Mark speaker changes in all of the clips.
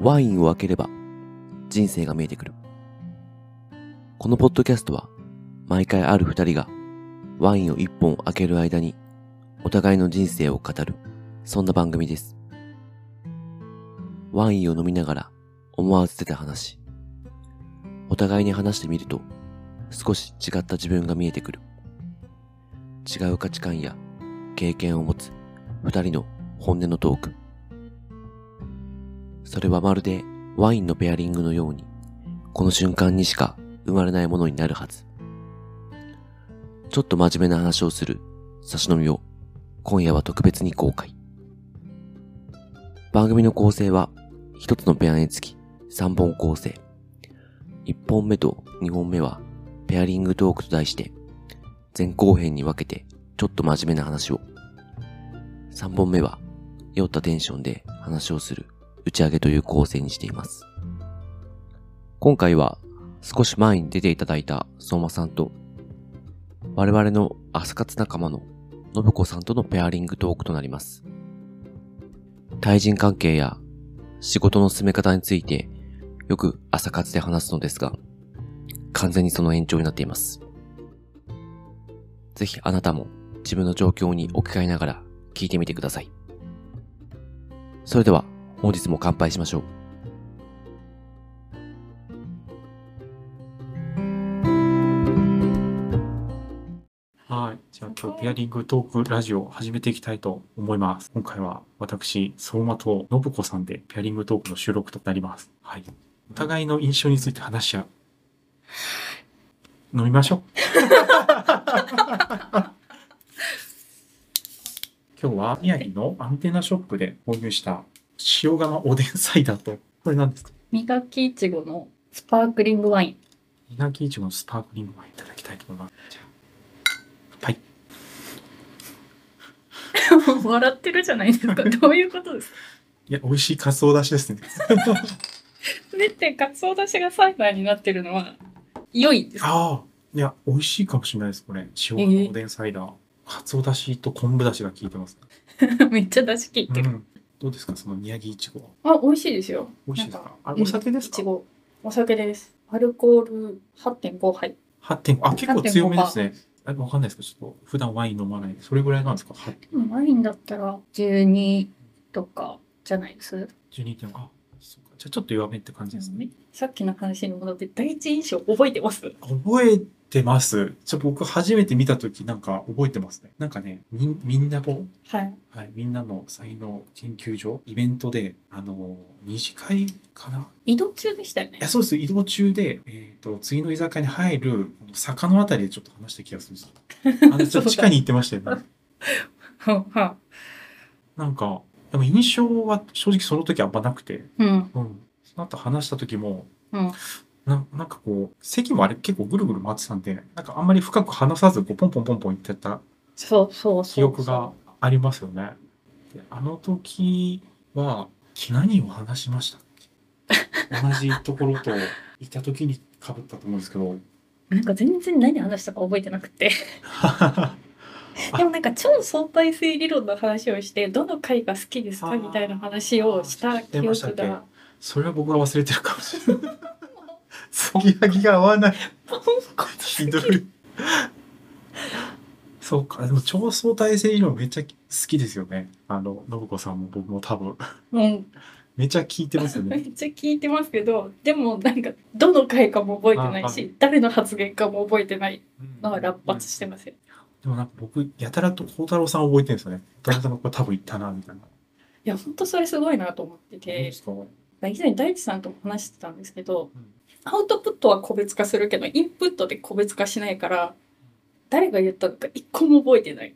Speaker 1: ワインを開ければ人生が見えてくる。このポッドキャストは毎回ある二人がワインを一本開ける間にお互いの人生を語る、そんな番組です。ワインを飲みながら思わず出た話。お互いに話してみると少し違った自分が見えてくる。違う価値観や経験を持つ二人の本音のトーク。それはまるでワインのペアリングのように、この瞬間にしか生まれないものになるはず。ちょっと真面目な話をする差し飲みを今夜は特別に公開。番組の構成は一つのペアにつき3本構成。1本目と2本目はペアリングトークと題して前後編に分けてちょっと真面目な話を。3本目は酔ったテンションで話をする打ち上げという構成にしています。今回は少し前に出ていただいた相馬さんと我々の朝活仲間の信子さんとのペアリングトークとなります。対人関係や仕事の進め方についてよく朝活で話すのですが、完全にその延長になっています。ぜひあなたも自分の状況に置き換えながら聞いてみてください。それでは本日も乾杯しましょう。
Speaker 2: はい。じゃあ今日ペアリングトークラジオを始めていきたいと思います。今回は私、相馬と信子さんでペアリングトークの収録となります。はい。お互いの印象について話し合う。飲みまし ょう。今日は宮城のアンテナショップで購入した塩釜おでんサイダーと、これ何ですか
Speaker 3: 磨きいちごのスパークリングワイン。
Speaker 2: 稲城いちごのスパークリングワインいただきたいと思います。じゃあ乾杯。
Speaker 3: 笑ってるじゃな いですか。どういうことですか。
Speaker 2: いや、美味しいカツオだしですね。
Speaker 3: それってカツオ出汁がサイダーになってるのは良いです。
Speaker 2: ああ、いや、美味しいかもしれないです、これ。塩のおでんサイダー。かつおだしと昆布だしが効いてます、
Speaker 3: めっちゃ出汁切っ
Speaker 2: う
Speaker 3: てる。
Speaker 2: ん。どうですか、その宮城いちごは。
Speaker 3: あ、美味しいですよ。
Speaker 2: 美味しいですかあ
Speaker 3: なん
Speaker 2: れ、お酒です
Speaker 3: いち
Speaker 2: か
Speaker 3: ご。お酒です。アルコール8.5杯。
Speaker 2: ?8.5。あ、結構強めですね。あわかんないですけど、ちょっと普段ワイン飲まないんで、それぐらいなんですかは
Speaker 3: でもワインだったら12とかじゃないです。
Speaker 2: ?12 点。あ、そうか。じゃあちょっと弱めって感じですね。
Speaker 3: さっきの話に戻って第一印象覚えてます。
Speaker 2: 覚えてます。ちょ、僕初めて見たときなんか覚えてますね。なんかね、みん、みんなこう、
Speaker 3: はい。
Speaker 2: はい、みんなの才能研究所、イベントで、あの、二次会かな
Speaker 3: 移動中でしたよね
Speaker 2: いや。そうです移動中で、えー、と次の居酒屋に入るこの坂のあたりでちょっと話した気がするんですよあのちょっと地下に行ってましたよね
Speaker 3: は
Speaker 2: なんかでも印象は正直その時あんまなくて、
Speaker 3: い。 うん。
Speaker 2: うん、その後話した時も
Speaker 3: うん。
Speaker 2: ななんかこう席もあれ結構ぐるぐる回ってたんでなんかあんまり深く話さずこうポンポンポンポン行ってた
Speaker 3: そうそうそう。
Speaker 2: 記憶が。ありますよねであの時は何を話しましたっけ同じところといた時にかぶったと思うんですけど
Speaker 3: なんか全然何話したか覚えてなくて。
Speaker 2: あ
Speaker 3: でもなんか超相対性理論の話をしてどの回が好きです
Speaker 2: あ
Speaker 3: か
Speaker 2: ー
Speaker 3: みたいな話をした記
Speaker 2: してましたっ
Speaker 3: 憶
Speaker 2: け
Speaker 3: が
Speaker 2: それは僕が忘れてるかもしれ ない。継ぎはぎが合わない。ひどい。そうか、でも超相対性理論めっちゃ好きですよね。あの、信子さんも僕も多分。
Speaker 3: うん
Speaker 2: めっちゃ聞いてますよ
Speaker 3: め
Speaker 2: ね。
Speaker 3: っちゃ聞いてますけどでもなんかどの回かも覚えてないし誰の発言かも覚えてないのは乱発してますよ。
Speaker 2: でもなんか僕、やたらと孝太郎さん覚えてるんですよね。孝太郎さんがこれ多分言ったな、みたいな。
Speaker 3: いや本当それすごいなと思って
Speaker 2: どうで
Speaker 3: て
Speaker 2: すか
Speaker 3: 以前大地さんとも話してたんですけど
Speaker 2: うん
Speaker 3: アウトプットは個別化するけどインプットで個別化しないから誰が言ったのか一個も覚えてない。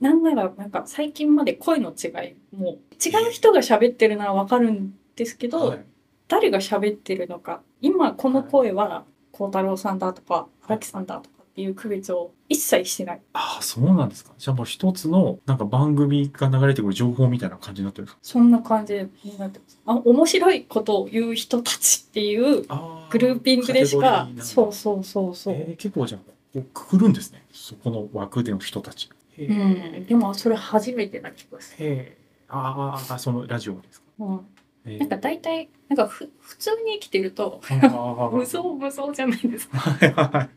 Speaker 3: なんならなんか最近まで声の違いも違う人が喋ってるのはわかるんですけど、
Speaker 2: はい
Speaker 3: 誰が喋ってるのか今この声は孝太郎さんだとか荒木さんだとかっていう区別を一切してない
Speaker 2: ああ、そうなんですか。じゃあもう一つの、なんか番組が流れてくる情報みたいな感じになってるんですか
Speaker 3: そんな感じになってますあ面白いことを言う人たちっていう
Speaker 2: あー
Speaker 3: グルーピングでし
Speaker 2: カテゴ
Speaker 3: か
Speaker 2: リーなんだ
Speaker 3: そうそうそうそう、
Speaker 2: えー結構じゃあこうくくるんですねそこの枠での人たちへー
Speaker 3: うんでもそれ初めてな気がす
Speaker 2: へーああそのラジオですか
Speaker 3: る、うん、
Speaker 2: え
Speaker 3: なんか大体なんかふ普通に生きてると
Speaker 2: あー
Speaker 3: 無造無造じゃないで すか。
Speaker 2: はいはいはい。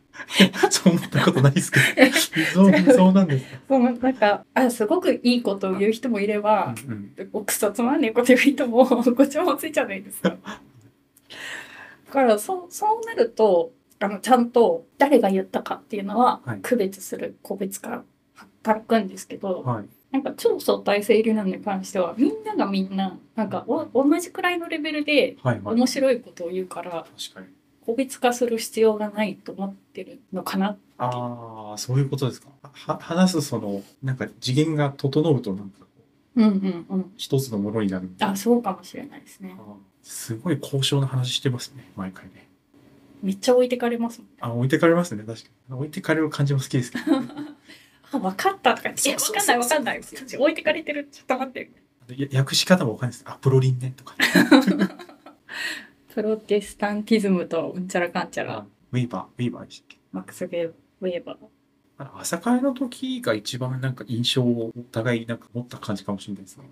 Speaker 2: そう思ったことないですけ ど。無造無造なんですか。
Speaker 3: そのなんかあすごくいいことを言う人もいれば、
Speaker 2: うんうん
Speaker 3: おくそつまんねえこと言う人もごちゃもついちゃないですか。だからそうそうなるとあのちゃんと誰が言ったかっていうのは
Speaker 2: はい
Speaker 3: 区別する個別化働くんですけど、
Speaker 2: はい。
Speaker 3: なんか超相対性理論に関してはみんながみんななんかお同じくらいのレベルで
Speaker 2: はいはい。
Speaker 3: 面白いことを言うから
Speaker 2: 確かに。
Speaker 3: 個別化する必要がないと思ってるのかな。
Speaker 2: ああ、そういうことですか。は話すその、なんか次元が整うとなんかこう
Speaker 3: うんうんうん。
Speaker 2: 一つのものになるみたいな
Speaker 3: あ、そうかもしれないですね
Speaker 2: あ。ーすごい高尚な話してますね、毎回ね。
Speaker 3: めっちゃ置いてかれますもん。
Speaker 2: あ、置いてかれますね、確かに。置いてかれる感じも好きですけど。
Speaker 3: あ、分かったとか言って、いや、
Speaker 2: そ
Speaker 3: 分
Speaker 2: う
Speaker 3: か
Speaker 2: そ
Speaker 3: ん
Speaker 2: う
Speaker 3: な
Speaker 2: そ
Speaker 3: いう分かんない。置いてかれてる。ちょっと待って。
Speaker 2: や訳し方もわかんないです。アプロリンねとか、
Speaker 3: プロテスタンティズムとうんちゃらかんちゃら、
Speaker 2: ウェーバー、ウェーバーでしたっけ
Speaker 3: マックス・ウェーバー。
Speaker 2: なんか朝会の時が一番なんか印象をお互いなんか持った感じかもしれないですね。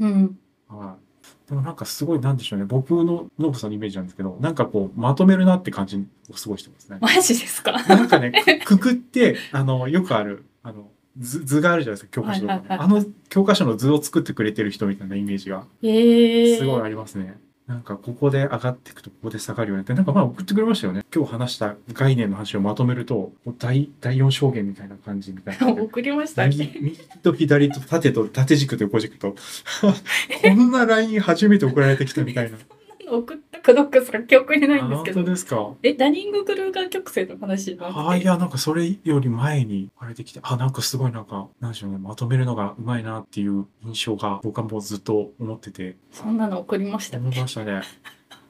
Speaker 3: うん。
Speaker 2: はい。でもなんかすごいなんでしょうね。僕のノブさんのイメージなんですけど、なんかこうまとめるなって感じをすごいしてますね。
Speaker 3: マジですか
Speaker 2: なんかね、くくくって、あの、よくある、あの、図図があるじゃないですか、教科書とか
Speaker 3: はい
Speaker 2: ね
Speaker 3: はいはい
Speaker 2: あの教科書の図を作ってくれてる人みたいなイメージが
Speaker 3: ええー。
Speaker 2: すごいありますね。なんかここで上がっていくとここで下がるよねって、なんかまあ送ってくれましたよね。今日話した概念の話をまとめると、もう第第4証言みたいな感じみたい な。
Speaker 3: 送りましたね
Speaker 2: 右。右と左と縦と縦軸と横軸と こんなライン初めて送られてきたみたいな
Speaker 3: 送ったかどうかすら記憶にないんです
Speaker 2: 本
Speaker 3: け
Speaker 2: 当
Speaker 3: ど。
Speaker 2: ですか
Speaker 3: え、ダニング・クルーガー曲線の話なん
Speaker 2: ああいやなんかそれより前に送られてきてあなんかすごいなんかなんでしょうねまとめるのがうまいなっていう印象が僕はもうずっと思ってて
Speaker 3: そんなの送りました
Speaker 2: 思い
Speaker 3: ね。
Speaker 2: ましたね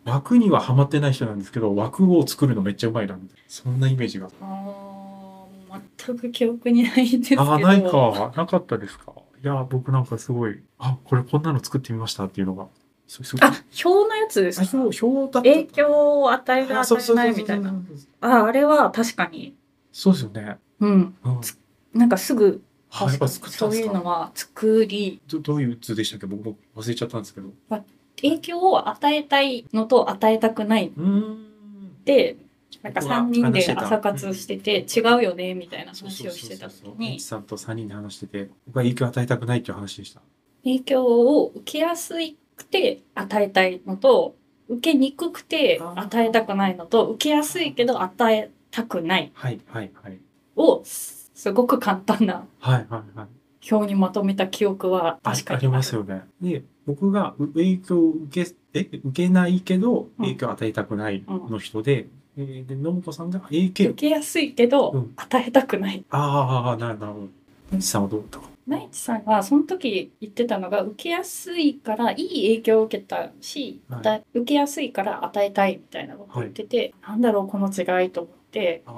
Speaker 2: 枠にはハマってない人なんですけど枠を作るのめっちゃうまいなみたいなそんなイメージが
Speaker 3: ああ、全く記憶にないんですけど。
Speaker 2: ああない。かなかったですかいや僕なんかすごいあこれこんなの作ってみましたっていうのがそうすごい
Speaker 3: あ、表のやつです
Speaker 2: あ
Speaker 3: か。
Speaker 2: 表表だった
Speaker 3: 影響を与える
Speaker 2: あ
Speaker 3: 与
Speaker 2: そう
Speaker 3: え
Speaker 2: そうそう
Speaker 3: ない
Speaker 2: そう
Speaker 3: みたいな。あ、あれは確かに。
Speaker 2: そうですよね。
Speaker 3: うん。
Speaker 2: うん、
Speaker 3: なんかすぐ、
Speaker 2: あやっぱ作った
Speaker 3: そ
Speaker 2: ん
Speaker 3: う
Speaker 2: です
Speaker 3: い
Speaker 2: か
Speaker 3: うのは作り、
Speaker 2: どどういう図でしたっけ僕も忘れちゃったんですけど。う
Speaker 3: 影響を与えたいのと与えたくないっ
Speaker 2: ーん。
Speaker 3: て、なんか
Speaker 2: 僕は
Speaker 3: 3人
Speaker 2: 話し
Speaker 3: で
Speaker 2: てた
Speaker 3: 朝活してて違うよねみたいな話をして
Speaker 2: そ
Speaker 3: た時
Speaker 2: うそうそうそうミ
Speaker 3: に
Speaker 2: キさんと3人で話してて、僕は影響を与えたくないっていう話でした。
Speaker 3: 影響を受けやすくて与えたいのと受けにくくて
Speaker 2: あー
Speaker 3: 与えたくないのと受けやすいけど与えたくない
Speaker 2: はいはいはい。
Speaker 3: をすすごく簡単な
Speaker 2: はいはいはい。
Speaker 3: 表にまとめた記憶は確か
Speaker 2: あ
Speaker 3: に
Speaker 2: ありますよね。で、僕がう影響を受け、え、受けないけど、
Speaker 3: うん
Speaker 2: 影響を与えたくないの人で、えーで、のむこさんが影響
Speaker 3: 受。けやすいけど、
Speaker 2: うん
Speaker 3: 与えたくない
Speaker 2: ああ、なるほど。ミキさんはどうだったか。
Speaker 3: ナイチさんがその時言ってたのが受けやすいからいい影響を受けたし、
Speaker 2: はい
Speaker 3: 与え受けやすいから与えたいみたいなことを言ってて、なんだろうこの違いと思って
Speaker 2: あー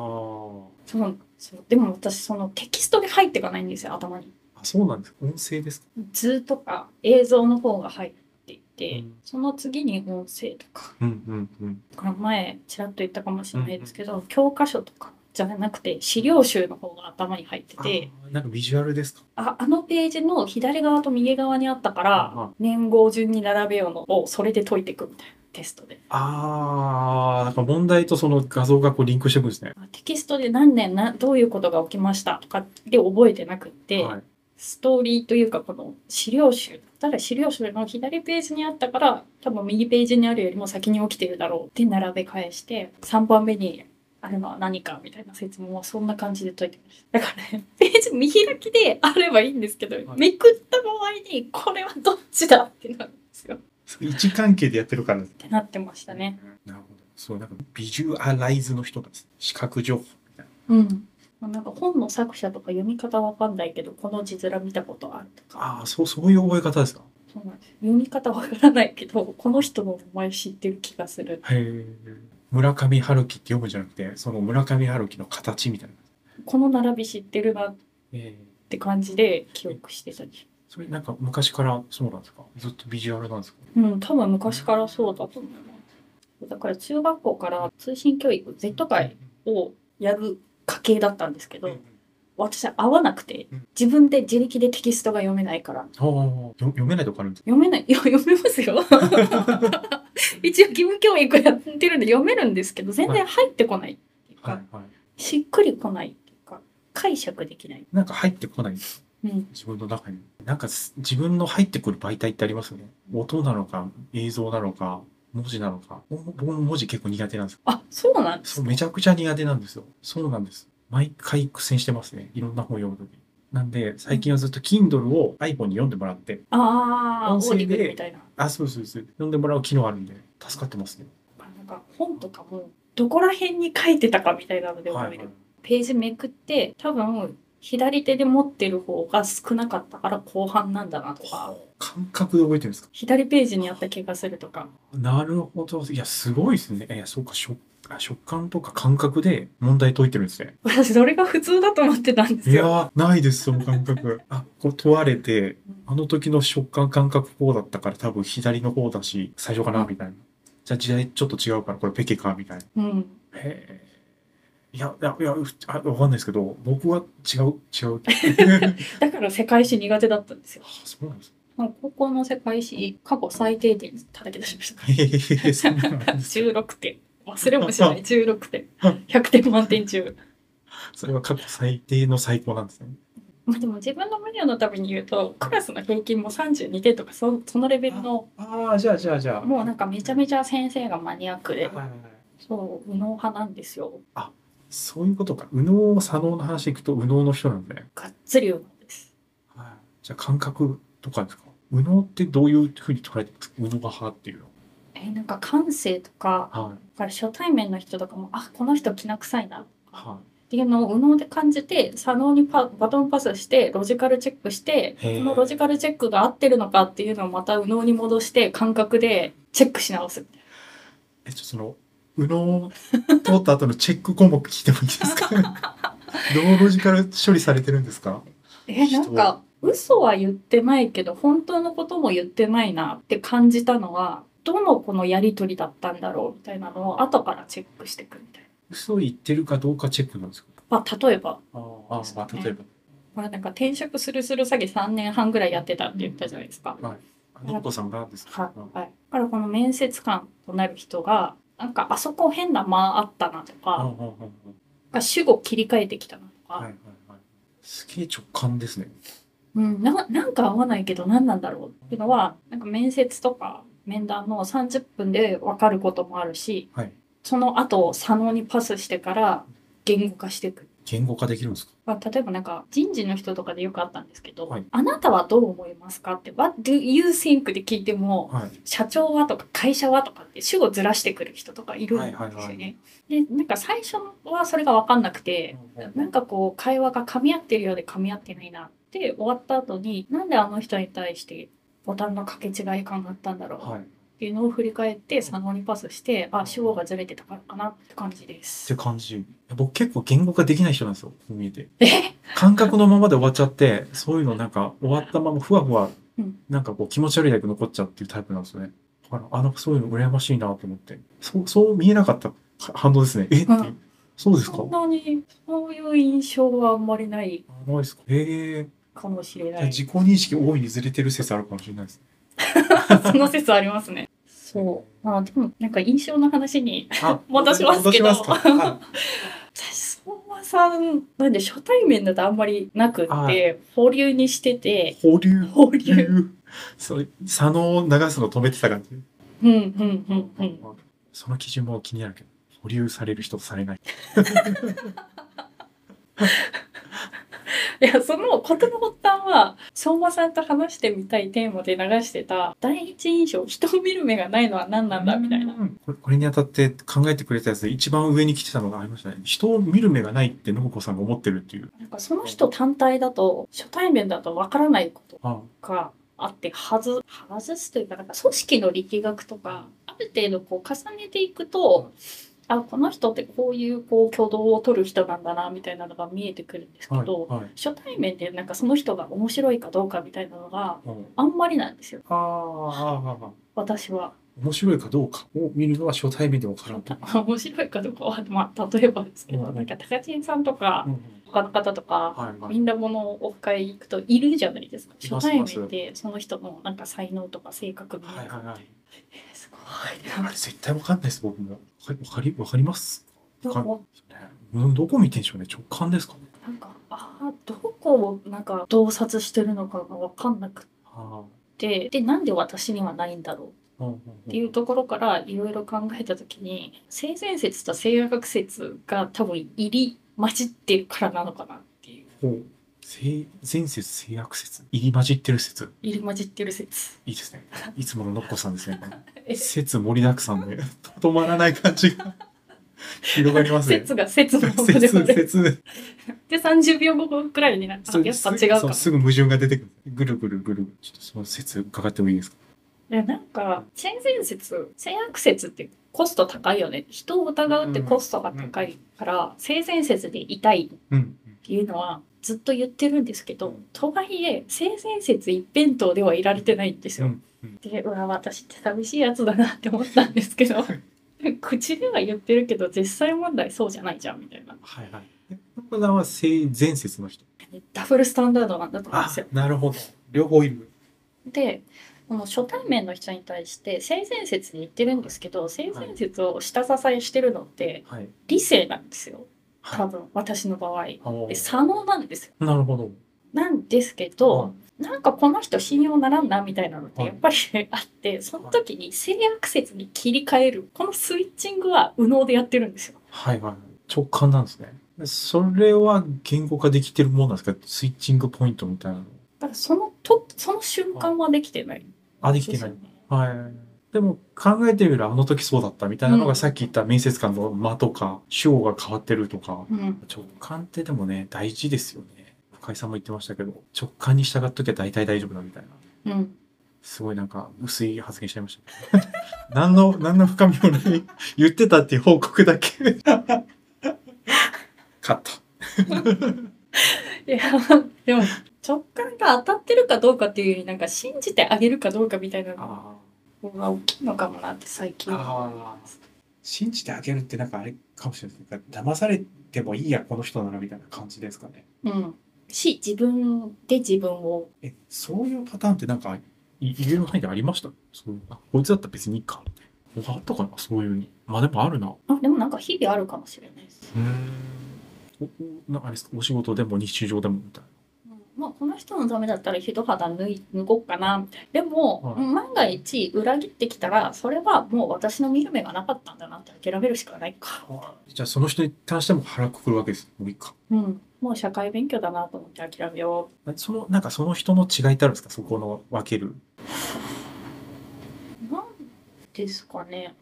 Speaker 3: そのそうでも私そのテキストで入っていかないんですよ頭に。
Speaker 2: あ、そうなんですか。音声ですか。
Speaker 3: 図とか映像の方が入っていて、
Speaker 2: うん
Speaker 3: その次に音声とか
Speaker 2: うんうんうん。
Speaker 3: この前ちらっと言ったかもしれないですけど、教科書とかじゃなくて資料集の方が頭に入ってて
Speaker 2: あーなんかビジュアルですか
Speaker 3: ああのページの左側と右側にあったから
Speaker 2: あ
Speaker 3: 年号順に並べようのをそれで解いていくみたいなテストで
Speaker 2: あーなんか問題とその画像がこうリンクしてくんですね。
Speaker 3: テキストで何年などういうことが起きましたとかで覚えてなくって、
Speaker 2: はい、
Speaker 3: ストーリーというかこの資料集ただ資料集の左ページにあったから多分右ページにあるよりも先に起きてるだろうって並べ返して3番目にあるのは何かみたいな説問はそんな感じで解いてましただからね ページ見開きであればいいんですけど、
Speaker 2: い
Speaker 3: めくった場合にこれはどっちだってなるんですよっ
Speaker 2: 位置関係でやってるからです
Speaker 3: てなってましたね。
Speaker 2: なるほど。そう、なんかビジュアライズの人なんです。視覚情報みたい
Speaker 3: うんなんか本の作者とか読み方わかんないけどこの字面見たことあると
Speaker 2: な。
Speaker 3: か
Speaker 2: ああ、そう、そういう覚え方ですか。
Speaker 3: そうなんです読み方わからないけどこの人の名前知ってる気がす
Speaker 2: へ
Speaker 3: る
Speaker 2: え。村上春樹って読むんじゃなくて、その村上春樹の形みたいな。
Speaker 3: この並び知ってるなっ
Speaker 2: ええ
Speaker 3: て感じで記憶してたり。
Speaker 2: それなんか昔からそうなんですかずっとビジュアルなんですか
Speaker 3: うん、多分昔からそうだと思います。だから中学校から通信教育 Z 会をやる家系だったんですけど、私合わなくて
Speaker 2: うん、
Speaker 3: 自分で自力でテキストが読めないから。
Speaker 2: ああ、よ読めないとこあるんです
Speaker 3: 読めない、いや、読めま すよ。一応義務教育やってるんで読めるんですけど、全然入ってこないっていうか、
Speaker 2: はいはい。
Speaker 3: しっくりこないっていうか、解釈できない。
Speaker 2: なんか入ってこないです。
Speaker 3: うん。
Speaker 2: 自分の中に。なんかす自分の入ってくる媒体ってありますよね。音なのか、映像なのか、文字なのか。ぼ僕も文字結構苦手なんですよ。
Speaker 3: あ、そうなんです
Speaker 2: そう、めちゃくちゃ苦手なんですよ。そうなんです。毎回苦戦してますね。いろんな本読むとき。なんで、最近はずっと Kindle を iPhone に読んでもらって、
Speaker 3: ああ、オ
Speaker 2: 音
Speaker 3: ー
Speaker 2: 声
Speaker 3: デ
Speaker 2: で
Speaker 3: ィブルみたいな。
Speaker 2: あ、そうそうそう、読んでもらう機能あるんで、助かってますね。
Speaker 3: なんか本とかも、どこら辺に書いてたかみたいなので
Speaker 2: は
Speaker 3: 覚
Speaker 2: い、は
Speaker 3: え
Speaker 2: い
Speaker 3: る。。ページめくって、多分、左手で持ってる方が少なかったから後半なんだなとか、
Speaker 2: 感覚で覚えてるんですか
Speaker 3: 左ページにあった気がするとか。
Speaker 2: なるほど。いや、すごいですね。いや、そうか、食あ食感とか感覚で問題解いてるんですね。
Speaker 3: 私、それが普通だと思ってたんです
Speaker 2: いや
Speaker 3: よ。
Speaker 2: ー、ないです、その感覚。 あ、こう問われて、あの時の食感感覚こうだったから多分左の方だし、最初かな、みたいな。じゃあ時代ちょっと違うから、これペケか、みたいな。
Speaker 3: うん。
Speaker 2: へえ。いや、いや、いや、ふあわかんないですけど、僕は違う、違 う。あ
Speaker 3: だから世界史苦手だったんですよ。
Speaker 2: そうなんです
Speaker 3: まあ高校の世界史、過去最低点叩き出しました。
Speaker 2: ね。へえ、そうなん です。
Speaker 3: 16点。忘れもしない、16点。100点 満点中。
Speaker 2: それは過去最低の最高なんですね。
Speaker 3: まあでも自分の無料のために言うと、クラスの平均も32点とかそ、そのレベルの、
Speaker 2: ああ、じゃあじゃあじゃあ。
Speaker 3: もうなんかめちゃめちゃ先生がマニアックで
Speaker 2: はい、はいはい
Speaker 3: そう、右脳派なんですよ。
Speaker 2: そういうことか。右脳、左脳の話いくと右脳の人なんで、ね。
Speaker 3: がっつり右脳です。
Speaker 2: じゃあ感覚とかですか右脳ってどういうふうに捉えてますか右脳が派っていうの
Speaker 3: えーなんか感性とか、
Speaker 2: は。はい。
Speaker 3: だから初対面の人とかも、あ、この人気な臭いな。
Speaker 2: は
Speaker 3: っていうのを右脳で感じて左脳にパバトンパスしてロジカルチェックして
Speaker 2: へー
Speaker 3: そのロジカルチェックが合ってるのかっていうのをまた右脳に戻して感覚でチェックし直すみたい
Speaker 2: い。え、ちょっとその、右脳通った後のチェック項目聞いてもいいですか どうロジカル処理されてるんですか
Speaker 3: な。え
Speaker 2: 人
Speaker 3: なんか嘘は言ってないけど本当のことも言ってないなって感じたのはどのこのやりとりだったんだろうみたいなのを後からチェックしていくみたいな。
Speaker 2: 嘘を言ってるかどうかチェックなんですか
Speaker 3: まあ、例えば
Speaker 2: ああ、まあ、例えば。
Speaker 3: これなんか転職するする詐欺3年半ぐらいやってたって言ったじゃないですか。
Speaker 2: あの子さんがです
Speaker 3: は
Speaker 2: か、
Speaker 3: い、だからこの面接官となる人がなんかあそこ変な間あったなと
Speaker 2: うんう
Speaker 3: か
Speaker 2: んうんうん
Speaker 3: 主語切り替えてきたなとか、
Speaker 2: はいはいはい。すげえ直感ですね。
Speaker 3: うん、ななんか合わないけど何なんだろうっていうのはなんか面接とか面談の30分で分かることもあるし
Speaker 2: はい。
Speaker 3: その後左脳にパスしてから言語化していく。
Speaker 2: 言語化できるんですか
Speaker 3: まあ、例えばなんか人事の人とかでよくあったんですけど、
Speaker 2: はい
Speaker 3: あなたはどう思いますかって「What do you think?」で聞いても
Speaker 2: はい。
Speaker 3: 社長はとか会社はとかって主語ずらしてくる人とかいるんですよね。
Speaker 2: はいはいはい
Speaker 3: でなんか最初はそれが分かんなくてなんかこう会話が噛み合ってるようで噛み合ってないなって終わった後になんであの人に対してボタンの掛け違い感があったんだろう
Speaker 2: はい。っ
Speaker 3: っていうのを振り返って左脳にパスしてあ主語がずれてたからかなって感じで
Speaker 2: て
Speaker 3: す。
Speaker 2: 感じ。いや僕結構言語化できない人なんですよ。こう見えて。
Speaker 3: え
Speaker 2: 感覚のままで終わっちゃって、そういうのなんか終わったままふわふわ
Speaker 3: うん、
Speaker 2: なんかこう気持ち悪いだけ残っちゃうっていうタイプなんですよね。だから、あ、なんかそういうの羨ましいなと思って。そう、そう見えなかった反応ですね。えっていう
Speaker 3: うん
Speaker 2: そうですか
Speaker 3: そんなにそういう印象はあんまりない
Speaker 2: あないですかへえ。
Speaker 3: かもしれ
Speaker 2: じ
Speaker 3: な
Speaker 2: ゃあ
Speaker 3: い。
Speaker 2: 自己認識大いにずれてる説あるかもしれないです。
Speaker 3: その説ありますね。そう。まあでもなんか印象の話に
Speaker 2: あ
Speaker 3: 戻しますけど
Speaker 2: 戻しますかはい
Speaker 3: 相馬さんなんで初対面だとあんまりなくって、
Speaker 2: はい
Speaker 3: 保留にしてて
Speaker 2: 保留。
Speaker 3: 保留。
Speaker 2: それ、佐野を流すの止めてた感じ。
Speaker 3: うんうんうんうん
Speaker 2: その基準も気になるけど、保留される人とされない。
Speaker 3: いやその事の発端は相馬さんと話してみたいテーマで流してた第一印象人を見る目がないのは何なんだみたいな。
Speaker 2: うんこれこれにあたって考えてくれたやつで一番上に来てたのがありましたね。人を見る目がないって信子さんが思ってるっていう。
Speaker 3: なんかその人単体だと初対面だとわからないこと
Speaker 2: あ
Speaker 3: があって外外すというかなんか組織の力学とかある程度こう重ねていくと、あこの人ってこういうこう挙動を取る人なんだなみたいなのが見えてくるんですけ
Speaker 2: はい。
Speaker 3: ど、
Speaker 2: はい。
Speaker 3: 初対面でなんかその人が面白いかどうかみたいなのが
Speaker 2: うん
Speaker 3: あんまりなんですよ
Speaker 2: ああ、ああ、
Speaker 3: 私は。
Speaker 2: 面白いかどうかを見るのは初対面でもからんと。
Speaker 3: 面白いかどうかは、まあ、例えばですけど、
Speaker 2: うん
Speaker 3: なんか高知さんとか
Speaker 2: うん
Speaker 3: 他の方とか、
Speaker 2: はいは
Speaker 3: み
Speaker 2: い。
Speaker 3: んなものオフ会行くといるじゃないですか。
Speaker 2: い
Speaker 3: 初
Speaker 2: ます
Speaker 3: 対面でその人のなんか才能とか性格みたい
Speaker 2: はい
Speaker 3: な、
Speaker 2: はいはい。
Speaker 3: えーすご
Speaker 2: あれ絶対わかんないです、僕も。わかわかり、わかります
Speaker 3: い。なんか
Speaker 2: うんどこ見てんでしょうね、直感ですかね。
Speaker 3: なんかああどこをなんか洞察してるのかが分かんなくっ
Speaker 2: は
Speaker 3: てでなんで私にはないんだろう
Speaker 2: あ。っ
Speaker 3: っていうところからいろいろ考えた時に性善説と性悪説が多分入り混じってるからなのかなっていう
Speaker 2: ほう。性前説、性悪説、入り混じってる説。
Speaker 3: 入り混じってる説
Speaker 2: いいですね。いつもののっこさんですね。
Speaker 3: え
Speaker 2: 説盛りだくさんで、止まらない感じが広がりますね。
Speaker 3: 説が説のままで
Speaker 2: 説、
Speaker 3: もね
Speaker 2: 説。
Speaker 3: で30秒後くらいになった
Speaker 2: そう
Speaker 3: やっぱ違うか
Speaker 2: そ
Speaker 3: も
Speaker 2: すぐ矛盾が出てくる。ぐるぐるぐるぐる。ちょっとその説伺ってもいいですか
Speaker 3: いやなんか性善説性悪説ってコスト高いよね人を疑うってコストが高いから、性善説で痛い
Speaker 2: うん。
Speaker 3: っていうのはずっと言ってるんですけど、
Speaker 2: うん
Speaker 3: とはいえ性善説一辺倒ではいられてないんです
Speaker 2: う
Speaker 3: よ。
Speaker 2: ん。うん
Speaker 3: でうわ私って寂しいやつだなって思ったんですけ ど口では言ってるけど実際問題そうじゃないじゃんみたいな
Speaker 2: はいはい。えのっこさんは性前説の人。
Speaker 3: ダブルスタンダードなんだと思うんですよ。
Speaker 2: なるほど。両方いる。
Speaker 3: でこの初対面の人に対して性善説に言ってるんですけど性善説を下支えしてるのって
Speaker 2: はい。
Speaker 3: 理性なんですよ
Speaker 2: は
Speaker 3: 多
Speaker 2: い
Speaker 3: 分私の場合。
Speaker 2: あの
Speaker 3: で左脳なんですよ。
Speaker 2: なるほど。
Speaker 3: なんですけど、なんかこの人信用ならんなみたいなのってやっぱりあってその時に性悪説に切り替えるこのスイッチングは右脳でやってるんですよ。
Speaker 2: はいはい。直感なんですね。それは言語化できてるもんなんですかスイッチングポイントみたいなの。
Speaker 3: だからそのとその瞬間はできてない。
Speaker 2: あ、できて
Speaker 3: です
Speaker 2: な
Speaker 3: よ
Speaker 2: い
Speaker 3: ね。
Speaker 2: はい。でも考えてみればあの時そうだったみたいなの
Speaker 3: う
Speaker 2: が
Speaker 3: ん
Speaker 2: さっき言った面接官の間とか、主語が変わってるとか。
Speaker 3: うん、
Speaker 2: 直感ってでもね、大事ですよね。深井さんも言ってましたけど、直感に従っときゃ大体大丈夫だみたいな。
Speaker 3: うん、
Speaker 2: すごいなんか薄い発言しちゃいました。 何の、何の深みもない言ってたっていう報告 だけ。カット。
Speaker 3: いやでも直感が当たってるかどうかっていうよりなんか信じてあげるかどうかみたいなの
Speaker 2: あ
Speaker 3: が大きいのかもなって最近
Speaker 2: あ信じてあげるってなんかあれかもしれないですね。騙されてもいいや、この人ならみたいな感じですかね。
Speaker 3: うんし自分で自分を
Speaker 2: え、そういうパターンってなんか、い言える範囲でありましたそうあこいつだったら別にいいか。あったかなそういうに。まあでもあるな。
Speaker 3: あでもなんか日々あるかもしれないです。
Speaker 2: おおなんかあれですかお仕事でも日常でもみたいな。
Speaker 3: うんまあ、この人のためだったら一肌脱い脱ごうかなみたいなでも、
Speaker 2: はい
Speaker 3: 万が一裏切ってきたらそれはもう私の見る目がなかったんだなって諦めるしかないか、
Speaker 2: じゃあその人に対しても腹くくるわけです。もういいか。
Speaker 3: うん、もう社会勉強だなと思って諦めよ
Speaker 2: その、なんかその人の違いってあるんですかそこの分ける。
Speaker 3: うなんですかね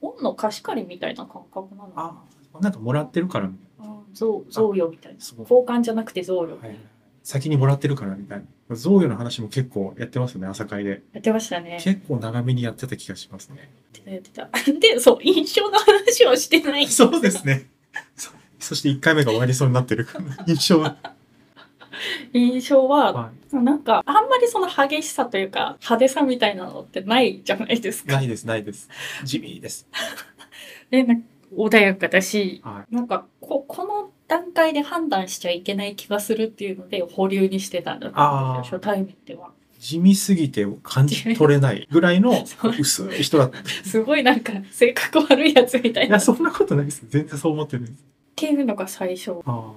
Speaker 3: 本の貸し借りみたいな感覚なのか
Speaker 2: あなんかもらってるからみたい
Speaker 3: なうん贈贈与みたいな
Speaker 2: な。そう。
Speaker 3: 交換じゃなくて贈与、
Speaker 2: はい。先にもらってるからみたいな。贈与の話も結構やってますよね、朝会で。
Speaker 3: やってましたね
Speaker 2: 結構長めにやってた気がしますね。
Speaker 3: やってたや ってたでそう印象の話をしてない
Speaker 2: そうですね。そそして1回目が終わりそうになってる印象は。
Speaker 3: 印象は
Speaker 2: は
Speaker 3: なんかあんまりその激しさというか派手さみたいなのってないじゃないです
Speaker 2: い。な
Speaker 3: か。
Speaker 2: いです、ないです。地味です。
Speaker 3: でなんか穏やかだし
Speaker 2: は
Speaker 3: なんかここの段階で判断しちゃいけない気がするっていうので保留にしてたんだと思うんですよ初対面では。
Speaker 2: 地味すぎて感じ取れないぐらいの薄い人だった。い
Speaker 3: すごいなんか性格悪いやつみたいな。
Speaker 2: や、
Speaker 3: っ
Speaker 2: そんなことないです。全然そう思ってないです。
Speaker 3: ていうのが最初
Speaker 2: あ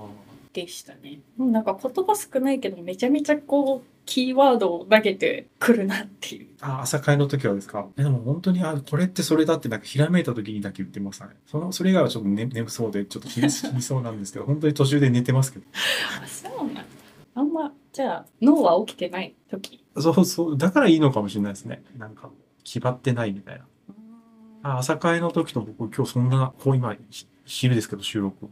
Speaker 3: でしたね。もうなんか言葉少ないけどめちゃめちゃこうキーワードを投げてくるなっていう。
Speaker 2: あ、朝会の時はですか。えでも本当に、あ、これってそれだってなんかひらめいた時にだけ言ってますね。その、それ以外はちょっと、ね、眠そうで、ちょっと気に 気にそうなんですけど、本当に途中で寝てますけ
Speaker 3: あそうなんだ。あんまじゃあ脳は起きてない時。
Speaker 2: ど。そうそう、だからいいのかもしれないですね。なんか、気張ってないみたいな。あ朝会の時と僕今日そんな、こう今、ひ昼ですけど収録。
Speaker 3: うん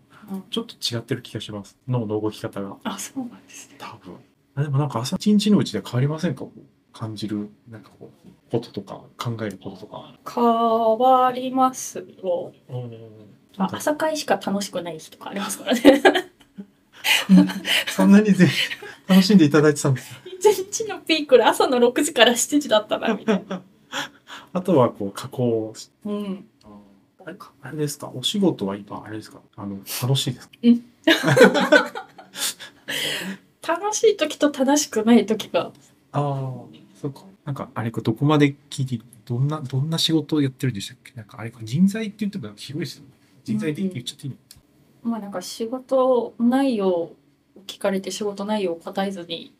Speaker 2: ちょっと違ってる気がします。脳の動き方が。
Speaker 3: あそうなんですね。
Speaker 2: 多分。あでもなんか朝一日のうちで変わりませんかこう感じる、なんかこう、こととか、考えることとか。
Speaker 3: 変わりますよ。
Speaker 2: な
Speaker 3: あ
Speaker 2: んか
Speaker 3: 朝会しか楽しくない日とかありますからね。
Speaker 2: そんなにぜ楽しんでいただいてたんです。
Speaker 3: 一日のピークで朝の6時から7時だったなみたいな。
Speaker 2: あとはこう、加工をし
Speaker 3: うん。
Speaker 2: あれあれですかお仕事は今、あれですかあの、楽しいですか
Speaker 3: うん楽しい時と正しくない時が
Speaker 2: ああ、そうか。なんか、あれか、どこまで聞いていい、どんな、どんな仕事をやってるんでしたっけなんか、あれか、人材って言ってもなんか広いですよね。人材で言っちゃっていいの、
Speaker 3: まあなんか仕事内容を聞かれて仕事内容を答えずに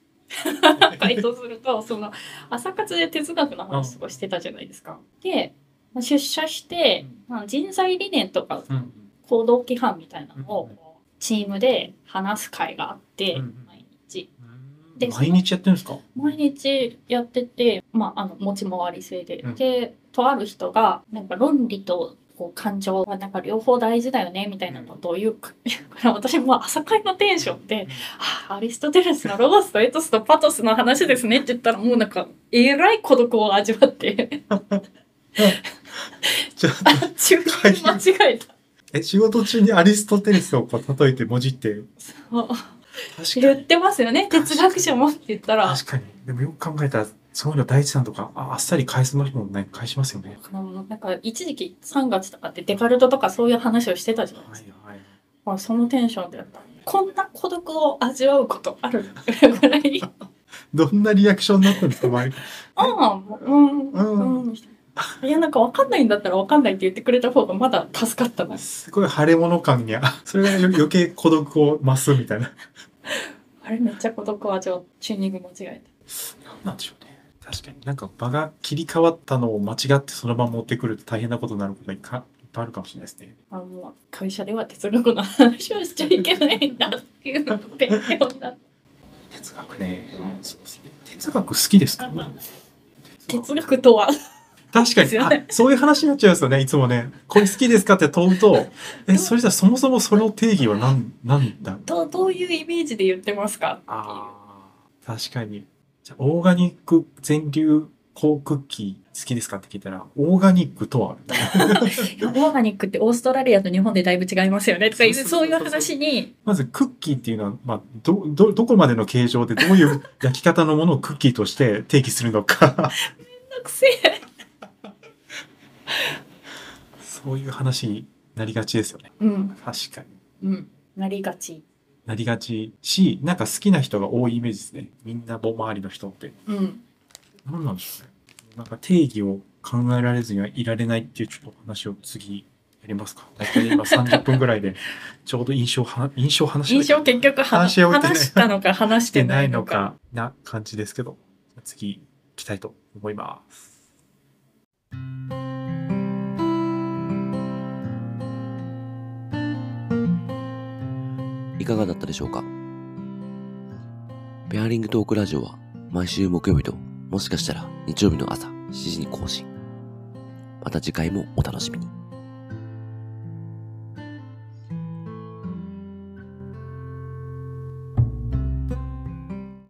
Speaker 3: 回答するとその朝活で哲学の話とかしてたじゃないですか。で出社して、まあ、人材理念とか
Speaker 2: うん、
Speaker 3: 行動規範みたいなのを
Speaker 2: うん
Speaker 3: こうチームで話す会があって、
Speaker 2: うん
Speaker 3: 毎日
Speaker 2: うん
Speaker 3: で
Speaker 2: 毎日やってるんですか
Speaker 3: 毎日やってて、まあ、あの持ち回り制で、
Speaker 2: うん
Speaker 3: でとある人がなんか論理とこう感情はなんか両方大事だよねみたいなことを言うか私もう朝会のテンションで「はあアリストテレスのロゴスとエトスとパトスの話ですね」って言ったらもうなんかえらい孤独を味わって
Speaker 2: ちょっ
Speaker 3: あ自分で間違えた。
Speaker 2: と、え、仕事中にアリストテレスをこう叩いて、もじって。
Speaker 3: そう
Speaker 2: 確
Speaker 3: 言っ。てますよね哲学者もって言ったら
Speaker 2: 確かに。でもよく考えたら、そういうの大事なんとか、ああっさり返すもんね、返しますよね。
Speaker 3: あのなんか一時期3月とかってデカルトとかそういう話をしてたじゃないですか、
Speaker 2: はい。
Speaker 3: まあ、そのテンションでやったこんな孤独を味わうことあるぐらい
Speaker 2: どんなリアクションになったんですか、周り。
Speaker 3: ああう
Speaker 2: う
Speaker 3: んうん、うん、いやなんか分かんないんだったら分かんないって言ってくれた方がまだ助かったな
Speaker 2: すごい腫れ物感に、 それがよ余計孤独を増すみたいな。
Speaker 3: あれめっちゃ孤独を味わうチューニング間違え
Speaker 2: なんなんでしょうね。確かになんか場が切り替わったのを間違ってそのまま持ってくると大変なことになることがいっかいっぱいあるかもしれないですね。
Speaker 3: たあもう会社では哲学の話をしちゃいけないんだっていうのを勉強になった
Speaker 2: 哲学ね。そうですね哲学好きですか
Speaker 3: 哲学とは
Speaker 2: 確かに
Speaker 3: すいません
Speaker 2: あそういう話になっちゃうんですよね、いつもね。これ好きですかって問うと、え、それじゃあそもそもその定義は何、なんだ
Speaker 3: どうどういうイメージで言ってますか
Speaker 2: ああ、確かに。じゃあ、オーガニック全粒粉クッキー好きですかって聞いたら、オーガニックとは
Speaker 3: いやオーガニックってオーストラリアと日本でだいぶ違いますよねとかいう
Speaker 2: そう
Speaker 3: そ
Speaker 2: そううそうそう
Speaker 3: いう話に
Speaker 2: まず、クッキーっていうのは、まあ、ど、ど、どこまでの形状でどう いう焼き方のものをクッキーとして定義するの か、
Speaker 3: めんどくせえ
Speaker 2: そういう話になりがちですよね。
Speaker 3: うん
Speaker 2: 確かに。
Speaker 3: うんなりがち
Speaker 2: なりがちし、なんか好きな人が多いイメージですね。みんな、ぼ周りの人って。
Speaker 3: うん
Speaker 2: 何なんでしょうね。なんか定義を考えられずにはいられないっていうちょっと話を次やりますか。大体今30分ぐらいで、ちょうど印象は、印象話
Speaker 3: 印象結局は
Speaker 2: 話し合うってね
Speaker 3: 話したのか話し
Speaker 2: して
Speaker 3: て
Speaker 2: な
Speaker 3: ないい
Speaker 2: の
Speaker 3: のか
Speaker 2: かな感じですけど、次行きたいと思います。
Speaker 1: いかがだったでしょうかペアリングトークラジオは毎週木曜日ともしかしたら日曜日の朝7時に更新。また次回もお楽しみに。